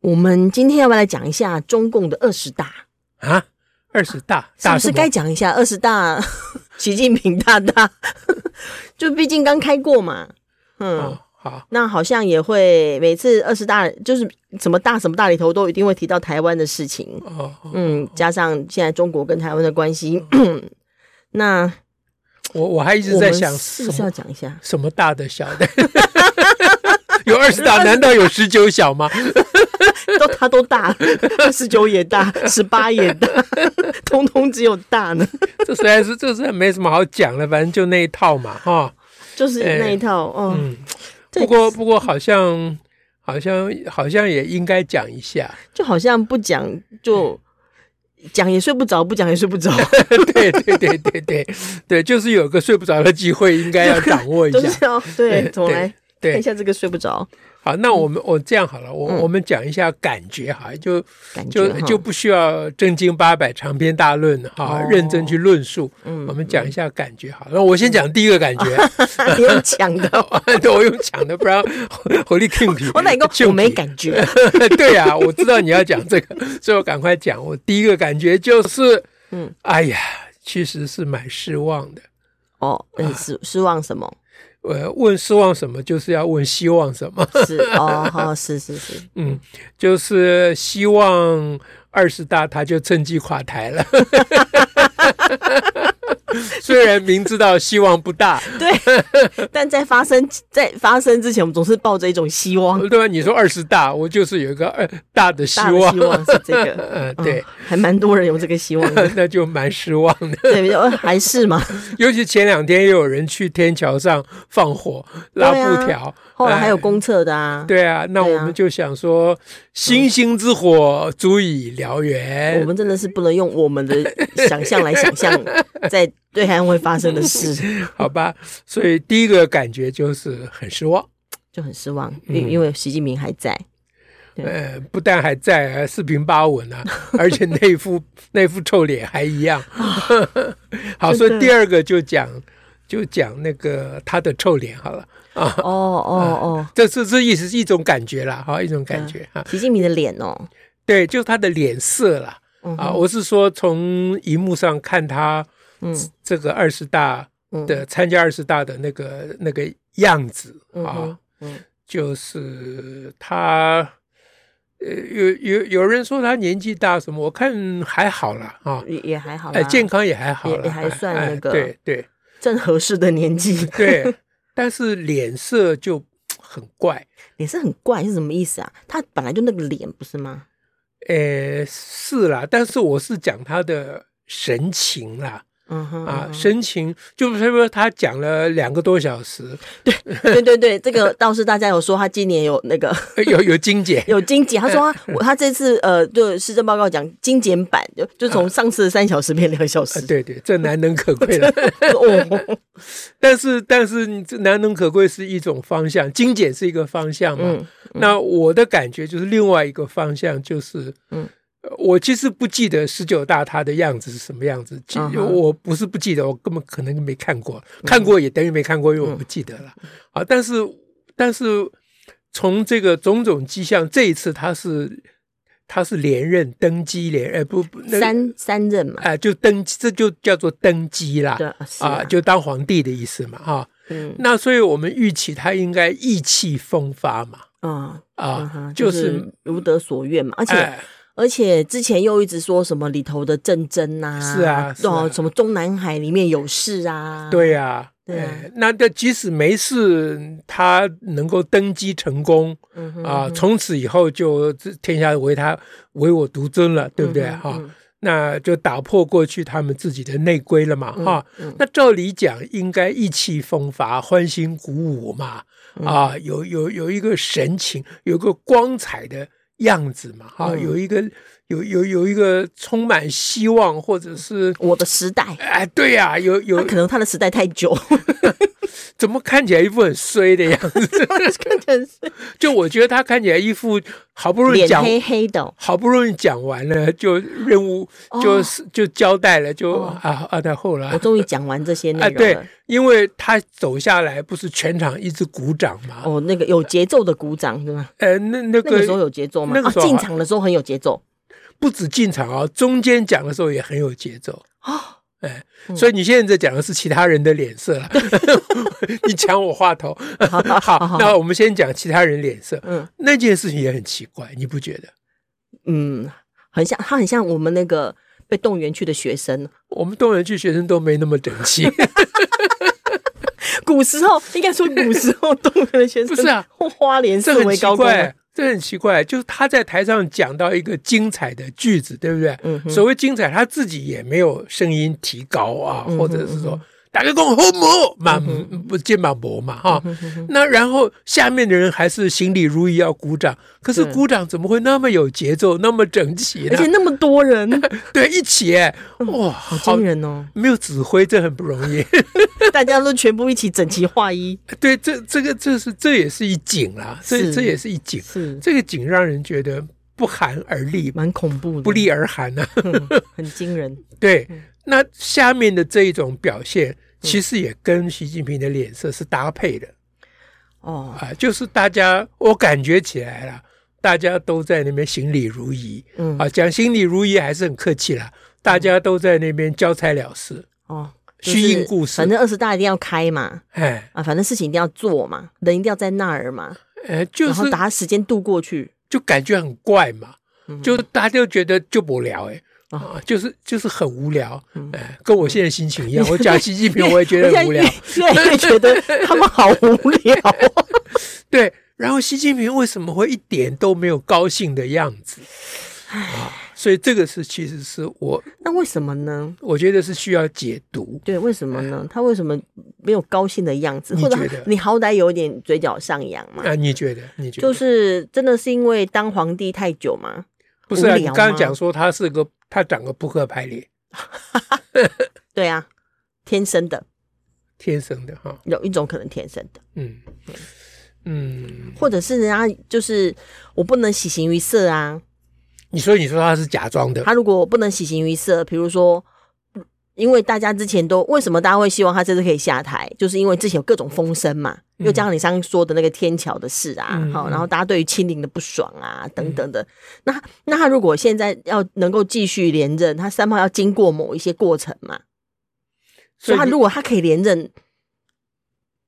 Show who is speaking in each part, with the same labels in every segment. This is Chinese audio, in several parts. Speaker 1: 我们今天要不要来讲一下中共的二十大？
Speaker 2: 啊？二十 大，
Speaker 1: 是
Speaker 2: 大
Speaker 1: 不是
Speaker 2: 什么
Speaker 1: 该讲一下二十 大？习近平大大， 就毕竟刚开过嘛。嗯，
Speaker 2: 哦好，
Speaker 1: 那好像也会每次二十大就是什么大什么大里头都一定会提到台湾的事情。
Speaker 2: 哦，
Speaker 1: 嗯，加上现在中国跟台湾的关系，那
Speaker 2: 我我嗯还一直
Speaker 1: 我
Speaker 2: 在
Speaker 1: 们
Speaker 2: 想
Speaker 1: 是
Speaker 2: 什
Speaker 1: 不是要
Speaker 2: 么
Speaker 1: 讲一下？
Speaker 2: 什么大的小 的，有二十大，难道有十九小吗？
Speaker 1: 都他都大， 二十九也大，十八也大，通通只有大呢，
Speaker 2: 这实在是这实在没什么好讲的，反正就那一套嘛，哈。
Speaker 1: 就是
Speaker 2: 哎
Speaker 1: 那一套。哦，
Speaker 2: 嗯，
Speaker 1: 对
Speaker 2: 不过不过好像好像好像也应该讲一下，
Speaker 1: 就好像不讲就讲也睡不着，不讲也睡不 着，
Speaker 2: 对对对对对对，就是有个睡不着的机会，应该要掌握一
Speaker 1: 都
Speaker 2: 下。
Speaker 1: 是要对，总来看一
Speaker 2: 对，
Speaker 1: 下这个睡不着
Speaker 2: 好，那我们我这样好了，我、
Speaker 1: 嗯
Speaker 2: 我们讲一下感觉哈，就
Speaker 1: 感觉
Speaker 2: 就
Speaker 1: 哈，
Speaker 2: 就不需要正经八百、长篇大论哈，
Speaker 1: 哦
Speaker 2: 认真去论述。我
Speaker 1: 嗯，
Speaker 2: 们讲一下感觉好了，那我先讲第一个 感觉，
Speaker 1: 你用讲的。
Speaker 2: 对我用讲的，不然 火力 king 皮，
Speaker 1: 我哪个
Speaker 2: 就
Speaker 1: 我没
Speaker 2: 皮
Speaker 1: 感觉，
Speaker 2: 对呀、我知道你要讲这个，所以我赶快讲。我第一个感觉就是，
Speaker 1: 嗯，
Speaker 2: 哎呀，其实是蛮失望的。
Speaker 1: 哦，嗯，失失望什么？
Speaker 2: 呃，问失望什么，就是要问希望什么。
Speaker 1: 是哦，好，是是是，
Speaker 2: 嗯，就是希望二十大他就趁机垮台了。 虽然明知道希望不大，
Speaker 1: 但在发生在发生之前，我们总是抱着一种希 望，
Speaker 2: 对吧？你说二十大，我就是有一个呃大的希
Speaker 1: 大的
Speaker 2: 望，
Speaker 1: 希望是这 个，
Speaker 2: 呃，对
Speaker 1: 嗯，还蛮多人有这个希望的，
Speaker 2: 那就蛮失望的。
Speaker 1: 对，呃还是嘛，
Speaker 2: 尤其前两天又有人去天桥上放火拉布条，
Speaker 1: 后来还有公厕的啊，
Speaker 2: 嗯对啊，那
Speaker 1: 对啊
Speaker 2: 我们就想说，星星之火足以燎原。
Speaker 1: 我们真的是不能用我们的想象来想 象在对岸会发生的事，
Speaker 2: 好吧，所以第一个感觉就是很失望。
Speaker 1: 就很失望，
Speaker 2: 嗯
Speaker 1: 因因为习近平还 在，对
Speaker 2: 呃，不但还在，还四平八 稳啊，而且那副那副臭脸还一样。好，所
Speaker 1: 啊真的
Speaker 2: 以第二个就讲就讲那个他的臭脸好了啊，
Speaker 1: 哦哦
Speaker 2: 这是这也是一种感觉啦，哈，一种感觉啊
Speaker 1: 哦，，习近平的脸哦，
Speaker 2: 对，就是他的脸色啦。
Speaker 1: 嗯
Speaker 2: 啊，
Speaker 1: 哼
Speaker 2: 我是说从荧幕上看他
Speaker 1: 嗯
Speaker 2: 这个二十大
Speaker 1: 嗯
Speaker 2: 的、参加二十大的那个那个样子
Speaker 1: 嗯
Speaker 2: 啊，
Speaker 1: 哼嗯
Speaker 2: 就是他。呃，有有有人说他年纪大什么，我看还好啦啊，
Speaker 1: 也也还好
Speaker 2: 哎、
Speaker 1: 啦，
Speaker 2: 健康也还好
Speaker 1: 也
Speaker 2: 啦，
Speaker 1: 也还算
Speaker 2: 哎
Speaker 1: 那个
Speaker 2: 对对
Speaker 1: 正合适的年 纪，
Speaker 2: 对，但是脸色就很怪，
Speaker 1: 也是很怪，是什么意思啊？他本来就那个脸不是吗？
Speaker 2: 呃，是啦，但是我是讲他的神情啦，
Speaker 1: 嗯哼
Speaker 2: 啊，
Speaker 1: 嗯哼
Speaker 2: 深情，就是说他讲了两个多小时，
Speaker 1: 对对对，这个倒是大家有说他今年有那 个，
Speaker 2: 呃有有精简
Speaker 1: 有精简，他说 他我他这次呃，就施政报告讲精简版，就就从上次的三小时变两小时
Speaker 2: 呃，啊 对对，这难能可贵 了。
Speaker 1: 哦，
Speaker 2: 但是但是你这难能可贵是一种方向，精简是一个方向嘛。
Speaker 1: 嗯
Speaker 2: 那我的感觉就是另外一个方向就是，
Speaker 1: 嗯
Speaker 2: 呃。我其实不记得十九大他的样子是什么样子，记
Speaker 1: 嗯哼嗯
Speaker 2: 我不是不记得，我根本可能没看过，看过也等于没看过，因为我不记得了。啊，但是但是从这个种种迹象，这一次他是他是连任登基连，哎不不，那
Speaker 1: 三三任嘛，
Speaker 2: 哎、就登基，这就叫做登基啦，
Speaker 1: 对啊，是
Speaker 2: 啊，就当皇帝的意思嘛，哈、
Speaker 1: 嗯
Speaker 2: 那所以我们预期他应该意气风发嘛，
Speaker 1: 啊嗯
Speaker 2: 啊
Speaker 1: 哼，
Speaker 2: 就
Speaker 1: 就是啊
Speaker 2: 是
Speaker 1: 如得所愿嘛，而且
Speaker 2: 哎，
Speaker 1: 而且之前又一直说什么里头的战争呐，
Speaker 2: 是啊是啊
Speaker 1: 哦什么中南海里面有事啊，
Speaker 2: 对呀，
Speaker 1: 对啊
Speaker 2: 哎那这即使没事，他能够登基成功
Speaker 1: 嗯哼，
Speaker 2: 啊，从此以后就这天下唯他唯我独尊了，对不对
Speaker 1: 嗯哼
Speaker 2: 哈
Speaker 1: 嗯？
Speaker 2: 那就打破过去他们自己的内规了嘛，哈。
Speaker 1: 嗯
Speaker 2: 那照理讲，应该意气风发、欢
Speaker 1: 嗯
Speaker 2: 欣鼓舞嘛，啊，有有有一个神情，有个光彩的样子嘛，哈、
Speaker 1: 嗯
Speaker 2: 有一个有有有一个充满希望，或者是
Speaker 1: 我的时代，
Speaker 2: 哎，对呀、有
Speaker 1: 那
Speaker 2: 有
Speaker 1: 啊可能他的时代太久，
Speaker 2: 怎么看起来一副很衰的样子？
Speaker 1: 看起来是
Speaker 2: 就我觉得他看起来一副好不容易
Speaker 1: 脸
Speaker 2: 讲
Speaker 1: 黑黑的哦，
Speaker 2: 好不容易讲完了，就任务
Speaker 1: 哦
Speaker 2: 就是、就交代了，就、
Speaker 1: 哦
Speaker 2: 啊啊，那后来
Speaker 1: 我终于讲完这些内
Speaker 2: 啊，
Speaker 1: 容
Speaker 2: 对
Speaker 1: 了。，
Speaker 2: 因为他走下来不是全场一直鼓掌嘛，
Speaker 1: 哦，那个有节奏的鼓掌是吗？
Speaker 2: 呃，那那
Speaker 1: 那个时候
Speaker 2: 个
Speaker 1: 有节奏吗
Speaker 2: 那？个
Speaker 1: 啊，
Speaker 2: 时候
Speaker 1: 进
Speaker 2: 好
Speaker 1: 场的时候很有节奏
Speaker 2: 不止进场啊，中间讲的时候也很有节奏。
Speaker 1: 啊，
Speaker 2: 哎，
Speaker 1: 嗯
Speaker 2: 所以你现在讲的是其他人的脸 色了， 你抢我话头。
Speaker 1: 哦好好啊好好
Speaker 2: 好，那我们先讲其他人脸色。
Speaker 1: 嗯
Speaker 2: 那件事情也很奇怪，你不觉得？
Speaker 1: 嗯，很像他很像我们那个被动员去的学生，
Speaker 2: 我们东人去学生都没那么整 齐，
Speaker 1: 古时候应该说古时候动员的学生
Speaker 2: 不是啊，
Speaker 1: 花莲
Speaker 2: 这
Speaker 1: 四
Speaker 2: 很
Speaker 1: 维
Speaker 2: 奇
Speaker 1: 高工啊，
Speaker 2: 怪，这很奇怪。就是他在台上讲到一个精彩的句子，对不对？
Speaker 1: 嗯哼
Speaker 2: 所谓精彩，他自己也没有声音提高啊，
Speaker 1: 嗯哼
Speaker 2: 或者是说打个工好磨嘛，不肩膀磨嘛哈。
Speaker 1: 嗯哼哼
Speaker 2: 那然后下面的人还是行礼如仪要鼓掌，可是
Speaker 1: 对
Speaker 2: 鼓掌怎么会那么有节奏，那么整齐
Speaker 1: 而且
Speaker 2: 呢？
Speaker 1: 那么多人，
Speaker 2: 对，一起哎，哇，
Speaker 1: 好
Speaker 2: 好
Speaker 1: 惊人哦！
Speaker 2: 没有指挥，这很不容易。
Speaker 1: 大家都全部一起整齐划一，
Speaker 2: 对，这这个这是这也是一景啦，这
Speaker 1: 是
Speaker 2: 这也是一景，
Speaker 1: 是
Speaker 2: 这个景让人觉得不寒而栗，
Speaker 1: 蛮恐怖的，
Speaker 2: 不立而寒呢、
Speaker 1: 嗯，很惊人。
Speaker 2: 对
Speaker 1: 嗯，
Speaker 2: 那下面的这一种表现，其实也跟习近平的脸色是搭配的
Speaker 1: 哦，
Speaker 2: 啊，就是大家我感觉起来了，大家都在那边行礼如仪
Speaker 1: 嗯，
Speaker 2: 啊，讲行礼如仪还是很客气啦，大家都在那边交差了事，
Speaker 1: 哦，
Speaker 2: 虚应故
Speaker 1: 就是
Speaker 2: 事
Speaker 1: 反，正二十大一定要开嘛，
Speaker 2: 哎
Speaker 1: 啊，反正事情一定要做嘛，人一定要在那儿嘛，
Speaker 2: 哎，就
Speaker 1: 然
Speaker 2: 是
Speaker 1: 后打时间度过去。
Speaker 2: 就感觉很怪嘛，
Speaker 1: 嗯哦
Speaker 2: 就大家就觉得就无聊哎、啊，就是就是很无聊，哎，跟我现在心情一样。我讲习近平， 我也觉得
Speaker 1: 嗯我现在
Speaker 2: 很无聊。
Speaker 1: 越 越来越觉得他们好无聊 哦。
Speaker 2: 对，然后习近平为什么会一点都没有高兴的样子？啊，所以这个是其实是我
Speaker 1: 那为什么呢？
Speaker 2: 我觉得是需要解读。
Speaker 1: 对，为什么呢？他为什么没有高兴的样子？
Speaker 2: 你
Speaker 1: 或者
Speaker 2: 觉得
Speaker 1: 你好歹有一点嘴角上扬嘛？
Speaker 2: 啊，你觉得？你觉得？
Speaker 1: 就是真的是因为当皇帝太久吗？
Speaker 2: 不是啊？
Speaker 1: 无
Speaker 2: 你
Speaker 1: 聊
Speaker 2: 刚刚
Speaker 1: 吗
Speaker 2: 讲说他是个他长个扑克牌脸，
Speaker 1: 对啊，天生的，
Speaker 2: 天生的哈，
Speaker 1: 有一种可能天生的，
Speaker 2: 嗯嗯，
Speaker 1: 或者是人家就是我不能喜形于色啊。
Speaker 2: 你说你说他是假装的，
Speaker 1: 他如果不能喜形于色，比如说。嗯因为大家之前都为什么大家会希望他这次可以下台，就是因为之前有各种风声嘛，
Speaker 2: 嗯
Speaker 1: 又加上你刚刚说的那个天桥的事啊
Speaker 2: 嗯，
Speaker 1: 好、
Speaker 2: 嗯
Speaker 1: 然后大家对于清零的不爽啊，等等的。那那他如果现在要能够继续连任，他三号要经过某一些过程嘛，所
Speaker 2: 所
Speaker 1: 以
Speaker 2: 以
Speaker 1: 他
Speaker 2: 你
Speaker 1: 如果他可以连任，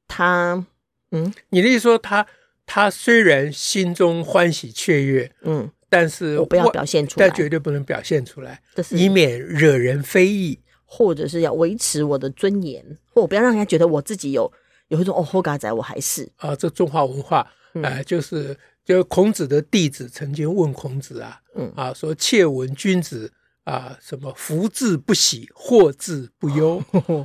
Speaker 1: 他嗯
Speaker 2: 你的意思说他他虽然心中欢喜雀跃，
Speaker 1: 嗯，
Speaker 2: 但是
Speaker 1: 我不要
Speaker 2: 外
Speaker 1: 表现出来
Speaker 2: 但，绝对不能表现出来，
Speaker 1: 这是
Speaker 2: 以免惹人非议。
Speaker 1: 或者是要维持我的尊严，或我不要让人家觉得我自己有有一种哦，后嘎仔我还是。
Speaker 2: 啊，这中华文化，
Speaker 1: 嗯
Speaker 2: 呃，就是就是孔子的弟子曾经问孔子啊，
Speaker 1: 嗯
Speaker 2: 啊，说窃闻君子啊，什么福至不喜，祸至不忧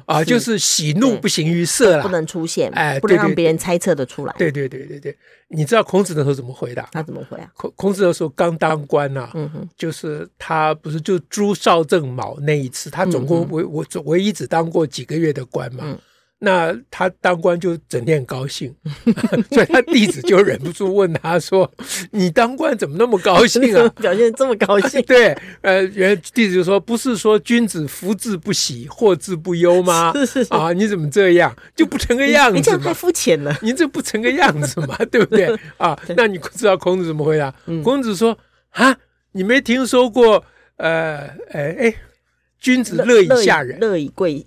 Speaker 2: 啊，
Speaker 1: 是
Speaker 2: 就是喜怒
Speaker 1: 对
Speaker 2: 不形于色
Speaker 1: 不
Speaker 2: 啦。
Speaker 1: 能出现，
Speaker 2: 哎
Speaker 1: 不能
Speaker 2: 对对
Speaker 1: 让别人猜测的出来。
Speaker 2: 对对对对对，你知道孔子那时候怎么回答？
Speaker 1: 他怎么回啊？
Speaker 2: 孔孔子那时候刚当官呐、
Speaker 1: 嗯哼，
Speaker 2: 就是他不是就朱绍正卯那一次，他总共
Speaker 1: 嗯
Speaker 2: 唯我唯一只当过几个月的官嘛。
Speaker 1: 嗯？”
Speaker 2: 那他当官就整天很高兴， 所以他弟子就忍不住问他说：“你当官怎么那么高兴啊
Speaker 1: 表现得这么高兴，
Speaker 2: 对，呃，原弟子就说：“不是说君子福至不喜，祸至不忧吗？
Speaker 1: 是是是哎
Speaker 2: 啊，你怎么这样就不成个样
Speaker 1: 你这
Speaker 2: 子
Speaker 1: 样太
Speaker 2: 嘛？
Speaker 1: 肤浅 了。
Speaker 2: 你这不成个样子嘛， 对不对啊？那你知道孔子怎么回答？
Speaker 1: 嗯
Speaker 2: 孔子说：“啊，你没听说过呃，哎哎，君子乐以下人，
Speaker 1: 乐以贵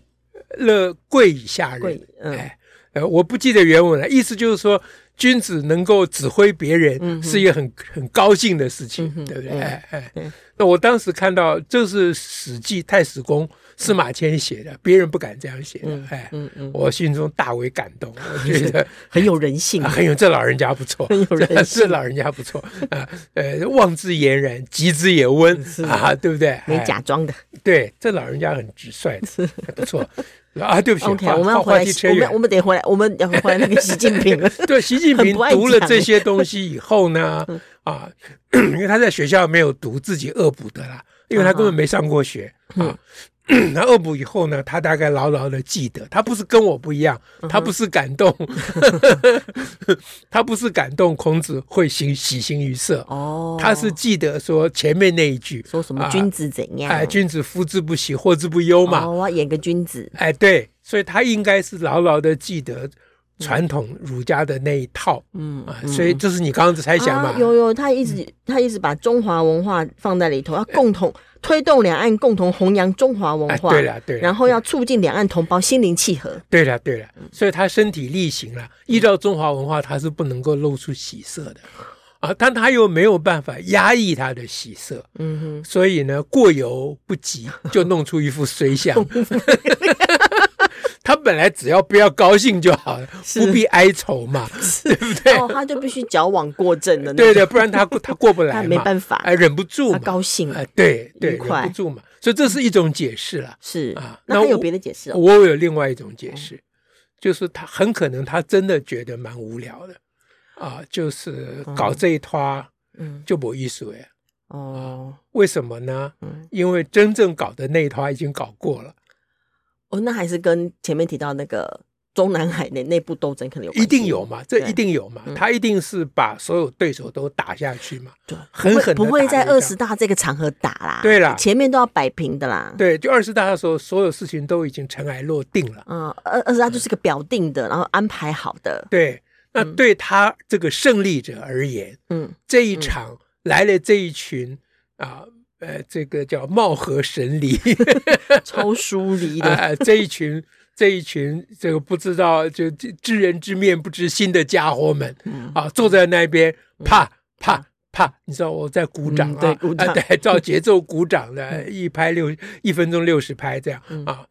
Speaker 2: 乐贵以下人
Speaker 1: 贵。，嗯，
Speaker 2: 哎，呃，我不记得原文了，意思就是说，君子能够指挥别人，是一个很很高兴的事情
Speaker 1: 嗯，哼
Speaker 2: 对不对？
Speaker 1: 嗯
Speaker 2: 哎哎
Speaker 1: 对，
Speaker 2: 那我当时看到，这是《史记·太史公》司马迁写的，别人不敢这样写的
Speaker 1: 嗯，
Speaker 2: 哎，
Speaker 1: 嗯嗯，
Speaker 2: 我心中大为感动，我觉得
Speaker 1: 很有人 性
Speaker 2: 啊，。很有这老人家不错，
Speaker 1: 很有人性
Speaker 2: 这老人家不错啊，呃，望之俨然，及之也温
Speaker 1: 嗯是
Speaker 2: 啊，对不对？
Speaker 1: 没
Speaker 2: 哎
Speaker 1: 假装的，
Speaker 2: 对，这老人家很直率的，还不错。啊，对不起
Speaker 1: OK，
Speaker 2: 话
Speaker 1: 我们要
Speaker 2: 话
Speaker 1: 回
Speaker 2: 话
Speaker 1: 来
Speaker 2: 题，扯
Speaker 1: 我们
Speaker 2: 远
Speaker 1: 要我。们得回来，我们要回来那 个习近平了。
Speaker 2: 对，习近
Speaker 1: 很
Speaker 2: 平
Speaker 1: 不爱
Speaker 2: 读了
Speaker 1: 讲嗯
Speaker 2: 这
Speaker 1: 欸
Speaker 2: 些东西以 后呢，啊， 因为他在学校没有读，自己恶补的啦，因为他根本没上过学
Speaker 1: 嗯
Speaker 2: 啊。 他恶补以后呢，他大概牢牢的记得，他不是跟我不一样，
Speaker 1: 嗯
Speaker 2: 他不是感动， 他不是感动孔子会喜喜形于色，
Speaker 1: 哦，
Speaker 2: 他是记得说前面那一句，
Speaker 1: 说什么
Speaker 2: 啊
Speaker 1: 君子怎样？
Speaker 2: 哎，君子夫之不喜，祸之不忧嘛，
Speaker 1: 哦，我要演个君子。
Speaker 2: 哎，对，所以他应该是牢牢的记得传统儒家的那一套、
Speaker 1: 嗯
Speaker 2: 啊，所以这是你刚刚猜想嘛？嗯
Speaker 1: 啊有有，他一直、他一直把中华文化放在里头，要共同、推动两岸共同弘扬中华文
Speaker 2: 哎，
Speaker 1: 化。
Speaker 2: 对了，对了，
Speaker 1: 然后要促进两岸同胞心灵契合。
Speaker 2: 对了，对了，所以他身体力行了，依照中华文化，他是不能够露出喜色的啊，但他又没有办法压抑他的喜色，
Speaker 1: 嗯哼，
Speaker 2: 所以呢，过犹 不及，就弄出一副衰相。 他本来只要不要高兴就好了，
Speaker 1: 是
Speaker 2: 不必哀愁嘛，对不对？
Speaker 1: 哦，他就必须矫枉过正的那
Speaker 2: 对
Speaker 1: 种，
Speaker 2: 的，不然他他过不 来
Speaker 1: 他
Speaker 2: 嘛，
Speaker 1: 没办法，
Speaker 2: 哎，忍不住
Speaker 1: 他
Speaker 2: 嘛，
Speaker 1: 高兴
Speaker 2: 哎，对对，
Speaker 1: 愉
Speaker 2: 忍
Speaker 1: 快
Speaker 2: 不住嘛，所以这是一种解释了。
Speaker 1: 是
Speaker 2: 啊
Speaker 1: 那
Speaker 2: 那
Speaker 1: 还有
Speaker 2: 我
Speaker 1: 别的哦解释哦？
Speaker 2: 我有另外一种解释，就是他很可能他真的觉得蛮无聊的啊，就是搞这一套
Speaker 1: 嗯，
Speaker 2: 就没意思哎。
Speaker 1: 哦，
Speaker 2: 为什么呢？
Speaker 1: 嗯，
Speaker 2: 因为真正搞的那一套已经搞过了，
Speaker 1: 哦，那还是跟前面提到那个中南海的内部斗争可能有关
Speaker 2: 一
Speaker 1: 系，
Speaker 2: 定有嘛，这
Speaker 1: 对嗯
Speaker 2: 一定有嘛，他一定是把所有对手都打下去嘛，
Speaker 1: 对，
Speaker 2: 狠狠
Speaker 1: 不
Speaker 2: 地
Speaker 1: 会不会
Speaker 2: 打了
Speaker 1: 在
Speaker 2: 一仗
Speaker 1: 二十大这个场合打啦，
Speaker 2: 对啦
Speaker 1: 前面都要摆平的啦，，
Speaker 2: 对，就二十大的时候，所有事情都已经尘埃落定了。
Speaker 1: 嗯，二二十大就是个表定的，然后安排好的，
Speaker 2: 对，那对他这个胜利者而言，
Speaker 1: 嗯，
Speaker 2: 这一场来了这一群啊，呃，这个叫貌合神离
Speaker 1: 超疏离
Speaker 2: 啊、
Speaker 1: 的，
Speaker 2: 呃这一群这一群这个不知道就知知人知面不知心的家伙们
Speaker 1: 嗯
Speaker 2: 啊，坐在那边啪啪。啪！你知道我在鼓掌啊，
Speaker 1: 嗯对鼓掌
Speaker 2: 啊对， 照节奏鼓掌的，一拍六一分钟六十拍这样
Speaker 1: 嗯
Speaker 2: 啊，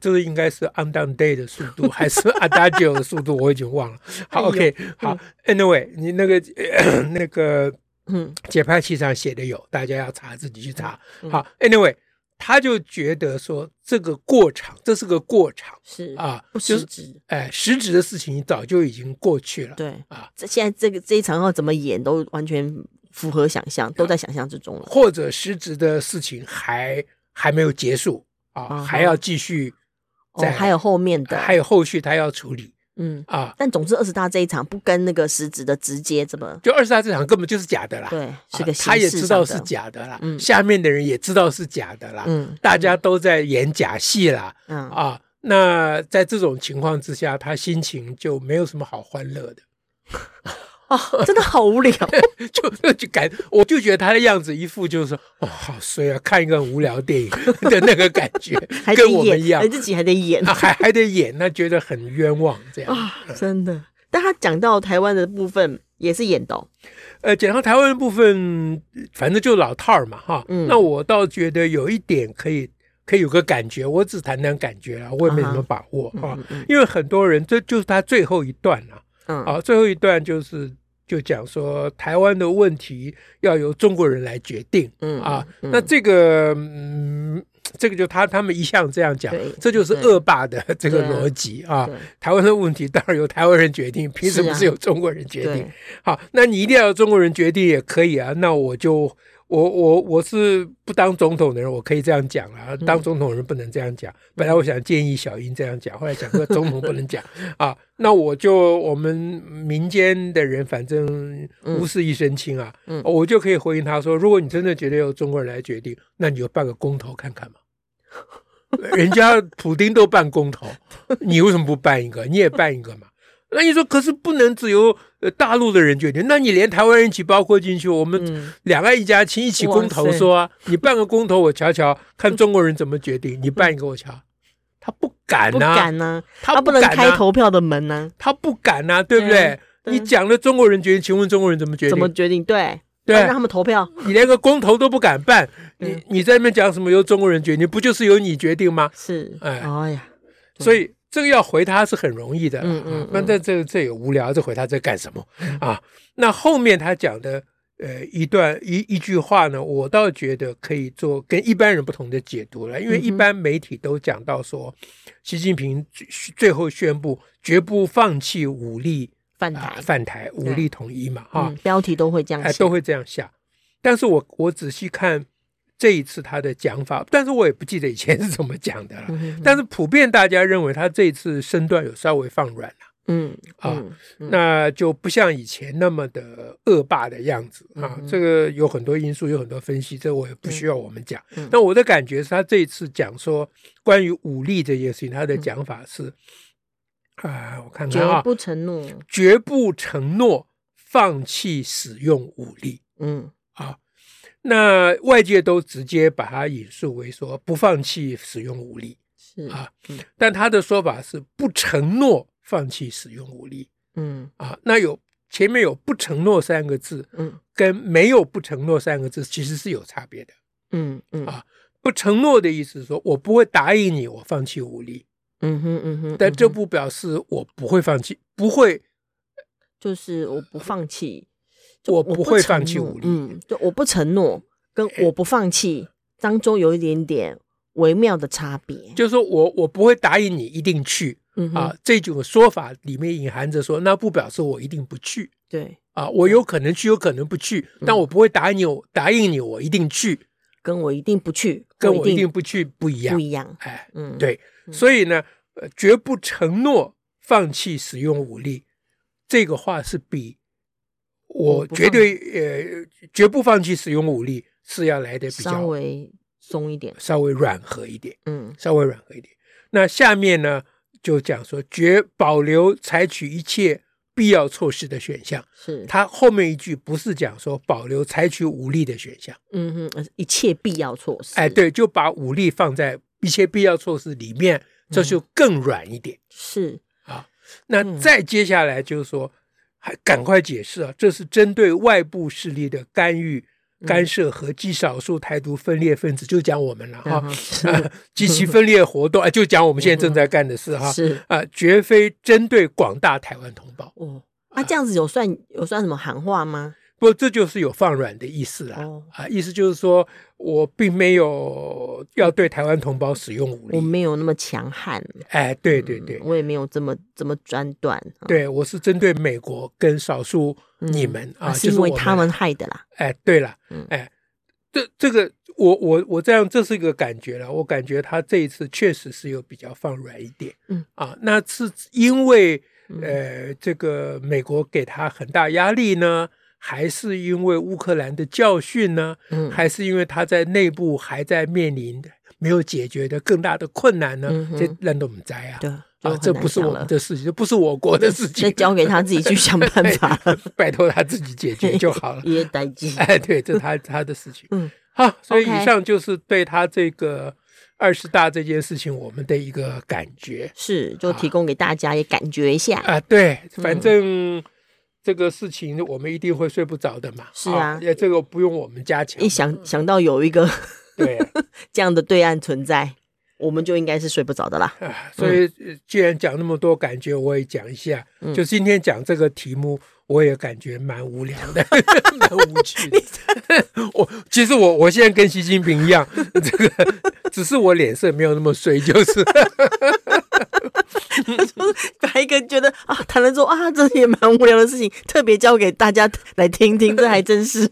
Speaker 2: 这应该是 on down day 的速度，还是 adagio 的速度？我已经忘了。好
Speaker 1: 哎呦
Speaker 2: ，OK，好，Anyway，你那个 那个
Speaker 1: 嗯
Speaker 2: 节拍器上写的有，大家要查自己去查。好，anyway，他就觉得说这个过场，这是个过场
Speaker 1: 是
Speaker 2: 啊
Speaker 1: 不，
Speaker 2: 就
Speaker 1: 实
Speaker 2: 是
Speaker 1: 质，
Speaker 2: 哎，实质的事情早就已经过去了。
Speaker 1: 对
Speaker 2: 啊，
Speaker 1: 这现在这个这一场要怎么演都完全符合想象，
Speaker 2: 啊
Speaker 1: 都在想象之中了，
Speaker 2: 或者实质的事情还还没有结束
Speaker 1: 嗯
Speaker 2: 啊，
Speaker 1: 哼
Speaker 2: 还要继续
Speaker 1: 哦，
Speaker 2: 在，
Speaker 1: 还有后面的，
Speaker 2: 还有后续他要处理
Speaker 1: 嗯。
Speaker 2: 啊。
Speaker 1: 但总之，二十大这一场不跟那个实质的直接怎么
Speaker 2: 就二十大这场根本就是假的啦，
Speaker 1: 对，是
Speaker 2: 啊
Speaker 1: 个、
Speaker 2: 他也知道是，假的啦，
Speaker 1: 嗯
Speaker 2: 下面的人也知道是假的啦，
Speaker 1: 嗯
Speaker 2: 大家都在演假戏啦，
Speaker 1: 嗯
Speaker 2: 啊，那在这种情况之下，他心情就没有什么好欢乐的，
Speaker 1: 啊，真的好无聊，
Speaker 2: 就就感，我就觉得他的样子一副就是哦，好衰啊，看一个很无聊电影的那个感觉
Speaker 1: 还，得
Speaker 2: 跟我们一
Speaker 1: 演，哎
Speaker 2: 样
Speaker 1: 还，自己还得演
Speaker 2: 啊还还得演，那觉得很冤枉这样。
Speaker 1: 啊，真的。但他讲到台湾的部分也是演的哦，
Speaker 2: 呃，讲到台湾的部分，反正就老套儿嘛哈，
Speaker 1: 嗯
Speaker 2: 那我倒觉得有一点可以。可以有个感觉，我只谈谈感觉了，我也没什么把握啊，因为很多人这就是他最后一段啊，
Speaker 1: 嗯，
Speaker 2: 好，最后一段就是就讲说台湾的问题要由中国人来决定。
Speaker 1: 嗯
Speaker 2: 啊，
Speaker 1: 嗯
Speaker 2: 那这个嗯，这个就他他们一向这样讲
Speaker 1: 对，
Speaker 2: 这就是
Speaker 1: 对
Speaker 2: 恶霸的这个
Speaker 1: 对啊
Speaker 2: 逻辑啊
Speaker 1: 对。
Speaker 2: 台湾的问题当然由台湾人决定，凭什
Speaker 1: 是
Speaker 2: 么
Speaker 1: 啊
Speaker 2: 是由中国人决定
Speaker 1: 对？，
Speaker 2: 好，那你一定要由中国人决定也可以啊。那我就我我我是不当总统的人，我可以这样讲啊。当总统的人不能这样讲。本来我想建议小英这样讲，后来想说总统不能讲啊。那我就我们民间的人，反正无事一身轻啊，
Speaker 1: 嗯
Speaker 2: 我就可以回应他说：如果你真的觉得由中国人来决定，那你就办个公投看看嘛。人家普丁都办公投，你为什么不办一个？你也办一个嘛？那你说，可是不能只由呃大陆的人决定，那你连台湾人一起包括进去，我
Speaker 1: 嗯
Speaker 2: 们两岸一家亲一起公投
Speaker 1: 哇塞
Speaker 2: 说啊，你办个公投我瞧瞧，看中国人怎么决定，你办一个我瞧，他不敢
Speaker 1: 不
Speaker 2: 呐、
Speaker 1: 敢呐，
Speaker 2: 哎他
Speaker 1: 不
Speaker 2: 不
Speaker 1: 能
Speaker 2: 敢呐、
Speaker 1: 开投票的门呐，
Speaker 2: 他不敢呐、对不
Speaker 1: 对啊
Speaker 2: 对？
Speaker 1: 对啊
Speaker 2: 你讲了中国人决定，请问中国人怎么决
Speaker 1: 怎么
Speaker 2: 定？
Speaker 1: 决定？对，
Speaker 2: 对
Speaker 1: 要让他们投票，
Speaker 2: 你连个公投都不敢办，你
Speaker 1: 嗯
Speaker 2: 你在那边讲什么由中国人决定，不就是由你决定吗？
Speaker 1: 是，
Speaker 2: 哎
Speaker 1: 哎呀，
Speaker 2: 所以这个要回他是很容易的啦，
Speaker 1: 嗯嗯嗯
Speaker 2: 啊那这这这也无聊，这回他在干什么啊？那后面他讲的呃一段一一句话呢，我倒觉得可以做跟一般人不同的解读了，
Speaker 1: 嗯
Speaker 2: 因为一般媒体都讲到说，习近平最最后宣布绝不放弃武力
Speaker 1: 反
Speaker 2: 啊
Speaker 1: 台，
Speaker 2: 反台，武力统一嘛，哈、
Speaker 1: 嗯，标题都会这样
Speaker 2: 哎，
Speaker 1: 写
Speaker 2: 都，会这样下。但是我我仔细看这一次他的讲法，但是我也不记得以前是怎么讲的了。
Speaker 1: 嗯哼
Speaker 2: 但是普遍大家认为他这一次身段有稍微放软了、
Speaker 1: 嗯
Speaker 2: 啊
Speaker 1: 嗯嗯
Speaker 2: 那就不像以前那么的恶霸的样子
Speaker 1: 嗯
Speaker 2: 啊。这个有很多因素，有很多分析，这我也不需要我们讲。
Speaker 1: 嗯
Speaker 2: 那我的感觉是他这一次讲说关于武力这件事情，他的讲法是啊、我看
Speaker 1: 嗯绝
Speaker 2: 看啊，
Speaker 1: 不承诺，
Speaker 2: 绝不承诺放弃使用武力。
Speaker 1: 嗯
Speaker 2: 啊。那外界都直接把它引述为说不放弃使用武力，
Speaker 1: 是
Speaker 2: 啊但他的说法是不承诺放弃使用武力
Speaker 1: 嗯
Speaker 2: 啊。那有前面有“不承诺”三个字，
Speaker 1: 嗯
Speaker 2: 跟没有“不承诺”三个字其实是有差别的。
Speaker 1: 嗯嗯
Speaker 2: 啊不承诺的意思是说我不会答应你，我放弃武力，
Speaker 1: 嗯哼嗯哼，
Speaker 2: 但这
Speaker 1: 嗯哼
Speaker 2: 不表示我不会放弃，不会，
Speaker 1: 就是我不放弃，
Speaker 2: 我
Speaker 1: 我
Speaker 2: 不会
Speaker 1: 承
Speaker 2: 放弃
Speaker 1: 诺
Speaker 2: 武力。
Speaker 1: 嗯，就我不承诺跟我不放弃当中有一点点微妙的差别，
Speaker 2: 就是说我我不会答应你一定去
Speaker 1: 嗯哼
Speaker 2: 啊，这种说法里面隐含着说，那不表示我一定不去。
Speaker 1: 对，
Speaker 2: 啊，我有可能去，有可能不去，
Speaker 1: 嗯
Speaker 2: 但我不会答应你，我答应你我一定去，
Speaker 1: 跟我一定不去，
Speaker 2: 跟
Speaker 1: 我
Speaker 2: 我
Speaker 1: 一
Speaker 2: 一
Speaker 1: 定
Speaker 2: 定不去不
Speaker 1: 不
Speaker 2: 一样。
Speaker 1: 一样，
Speaker 2: 哎，
Speaker 1: 嗯，
Speaker 2: 对，所以呢，呃绝不承诺放弃使用武力，这个话是比我
Speaker 1: 我不
Speaker 2: 绝对呃绝不放弃使用武力是要来的比
Speaker 1: 稍
Speaker 2: 较
Speaker 1: 微松一点，
Speaker 2: 稍微软和一点，
Speaker 1: 嗯
Speaker 2: 稍微软和一点。那下面呢就讲说绝保留采取一切必要措施的选项。
Speaker 1: 是，
Speaker 2: 他后面一句不是讲说保留采取武力的选项，
Speaker 1: 嗯哼，呃一切必要措施，
Speaker 2: 哎，，对，就把武力放在一些必要措施里面，这
Speaker 1: 嗯
Speaker 2: 就更软一点。
Speaker 1: 是，嗯
Speaker 2: 那再接下来就是说，还赶快解释啊，这是针对外部势力的干预、
Speaker 1: 嗯
Speaker 2: 干涉和极少数台独分裂分子，就讲我们了
Speaker 1: 然
Speaker 2: 哈
Speaker 1: 后，嗯是
Speaker 2: 及其分裂活动，哎，就讲我们现在正在干的事哈，
Speaker 1: 嗯是，
Speaker 2: 啊，绝非针对广大台湾同胞。
Speaker 1: 哦，啊，这样子有算有算什么喊话吗？
Speaker 2: 不，这就是有放软的意思啦。
Speaker 1: 哦
Speaker 2: 啊，意思就是说我并没有要对台湾同胞使用武
Speaker 1: 我
Speaker 2: 力。
Speaker 1: 没有那么强悍，嗯
Speaker 2: 哎，对对对、
Speaker 1: 我也没有这么这么专断，啊
Speaker 2: 对，我是针对美国跟少数你们、啊，
Speaker 1: 是
Speaker 2: 就
Speaker 1: 嗯
Speaker 2: 是
Speaker 1: 因为
Speaker 2: 我
Speaker 1: 他们。害的啦，
Speaker 2: 哎，对了
Speaker 1: 嗯，
Speaker 2: 哎，这这个我我我这样，这是一个感觉了。我感觉他这一次确实是有比较放软一点。
Speaker 1: 嗯
Speaker 2: 啊，那是因为
Speaker 1: 嗯
Speaker 2: 呃，这个美国给他很大压力呢，还是因为乌克兰的教训呢？
Speaker 1: 嗯
Speaker 2: 还是因为他在内部还在面临没有解决的更大的困难呢
Speaker 1: 嗯？哼
Speaker 2: 这让我们摘啊
Speaker 1: 对，就
Speaker 2: 啊
Speaker 1: 很，
Speaker 2: 这
Speaker 1: 难
Speaker 2: 不是
Speaker 1: 讲
Speaker 2: 我
Speaker 1: 了
Speaker 2: 们的事情，这不是我国的 事
Speaker 1: 再
Speaker 2: 情，
Speaker 1: 交给他自己去 想办法，。
Speaker 2: 拜托他自己解决就好了
Speaker 1: 也 得劲，
Speaker 2: 哎，对，这是他他的事情。
Speaker 1: 嗯，
Speaker 2: 好，所以
Speaker 1: OK
Speaker 2: 以上就是对他这个二十大这件事情我们的一个感觉
Speaker 1: 是，就提供给大家也感觉一下，
Speaker 2: 啊。对，
Speaker 1: 嗯
Speaker 2: 反正这个事情我们一定会睡不着的嘛。
Speaker 1: 是啊
Speaker 2: 也这个不用我们加强
Speaker 1: 一。想想到有一个
Speaker 2: 对。
Speaker 1: 这样的对岸存在，我们就应该是睡不着的啦。
Speaker 2: 啊，所以呃既然讲那么多，感觉我也讲一下。
Speaker 1: 嗯
Speaker 2: 就今天讲这个题目，我也感觉蛮无聊的， 蛮无 趣的。 我其实我我现在跟习近平一样，这个只是我脸色没有那么衰，就是
Speaker 1: 把一个觉得啊，谈了之后啊，这也蛮无聊的事情，特别交给大家来听 听，这还真是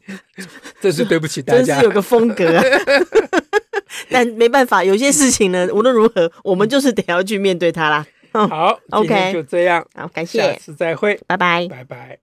Speaker 2: 真是对不起大
Speaker 1: 真是
Speaker 2: 家
Speaker 1: 有。个风格啊。 但没办法，有些事情呢，无论如何，我们就是得要去面对它啦。
Speaker 2: 好
Speaker 1: OK
Speaker 2: 今天就这样，
Speaker 1: 好，感
Speaker 2: 下
Speaker 1: 谢，
Speaker 2: 次再会，
Speaker 1: 拜拜。
Speaker 2: 拜拜。